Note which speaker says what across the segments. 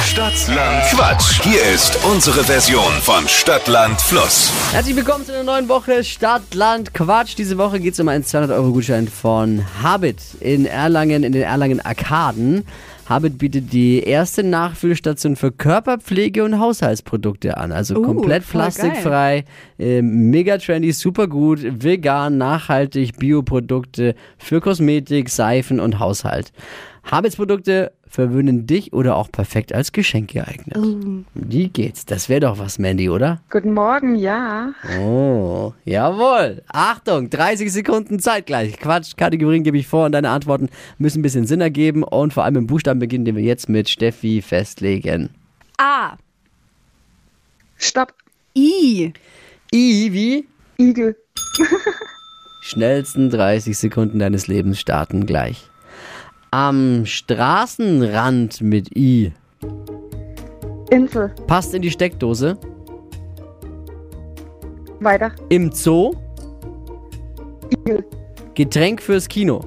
Speaker 1: Stadtland Quatsch. Hier ist unsere Version von Stadtland Fluss.
Speaker 2: Herzlich willkommen zu einer neuen Woche Stadt, Land, Quatsch. Diese Woche geht es um einen 200-Euro-Gutschein von Habit in Erlangen, in den Erlangen-Arkaden. Habit bietet die erste Nachfüllstation für Körperpflege und Haushaltsprodukte an. Also komplett
Speaker 3: voll
Speaker 2: plastikfrei, äh, mega trendy, super gut, vegan, nachhaltig, Bioprodukte für Kosmetik, Seifen und Haushalt. Habits Produkte verwöhnen dich oder auch perfekt als Geschenk geeignet. Wie geht's? Das wäre doch was, Mandy, oder?
Speaker 4: Guten Morgen, ja.
Speaker 2: Oh, jawohl. Achtung, 30 Sekunden Zeit gleich. Quatsch, Kategorien gebe ich vor und deine Antworten müssen ein bisschen Sinn ergeben und vor allem im Buchstaben beginnen, den wir jetzt mit Steffi festlegen.
Speaker 3: A.
Speaker 4: Stopp,
Speaker 3: I.
Speaker 2: I wie?
Speaker 4: Igel,
Speaker 2: Schnellsten 30 Sekunden deines Lebens starten gleich. Am Straßenrand mit I.
Speaker 4: Insel,
Speaker 2: Passt in die Steckdose.
Speaker 4: weiter,
Speaker 2: Im Zoo.
Speaker 4: Igel,
Speaker 2: Getränk fürs Kino.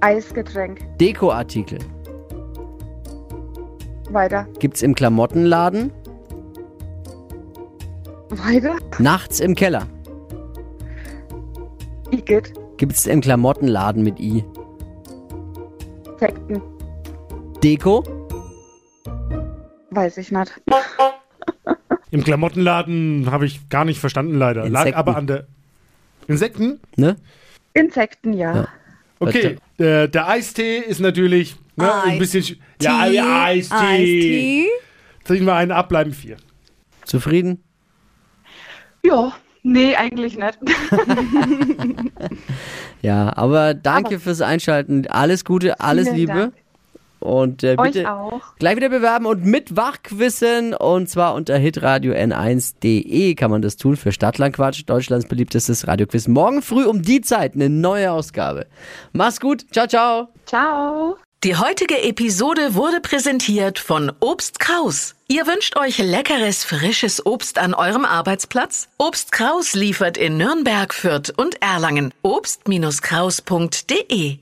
Speaker 4: Eisgetränk,
Speaker 2: Dekoartikel.
Speaker 4: weiter,
Speaker 2: Gibt's im Klamottenladen.
Speaker 4: weiter,
Speaker 2: Nachts im Keller.
Speaker 4: Igitt,
Speaker 2: Gibt's im Klamottenladen mit I.
Speaker 4: Sekten,
Speaker 2: Deko.
Speaker 4: weiß ich nicht.
Speaker 5: Im Klamottenladen habe ich gar nicht verstanden, leider.
Speaker 2: Insekten.
Speaker 5: Lag aber an der. Insekten?
Speaker 2: Ne?
Speaker 4: Insekten, ja.
Speaker 2: Ja.
Speaker 5: Okay. Äh, der Eistee ist natürlich ne, ein bisschen. sch- Ja, ja, Eistee.
Speaker 3: Eistee.
Speaker 5: Trinken wir einen ab, bleiben vier.
Speaker 2: Zufrieden?
Speaker 4: Ja, nee, eigentlich nicht.
Speaker 2: Ja, aber danke fürs Einschalten. Alles Gute, alles
Speaker 4: Vielen
Speaker 2: Liebe.
Speaker 4: Dank.
Speaker 2: Und äh, bitte
Speaker 4: Euch auch.
Speaker 2: gleich wieder bewerben und mit Wachquissen. Und zwar unter hitradio n1.de kann man das tun für Stadtlandquatsch, Deutschlands beliebtestes Radioquiz. Morgen früh um die Zeit eine neue Ausgabe. Mach's gut. Ciao, ciao.
Speaker 4: Ciao.
Speaker 6: Die heutige Episode wurde präsentiert von Obst Kraus. Ihr wünscht euch leckeres, frisches Obst an eurem Arbeitsplatz? Obst Kraus liefert in Nürnberg, Fürth und Erlangen. Obst-Kraus.de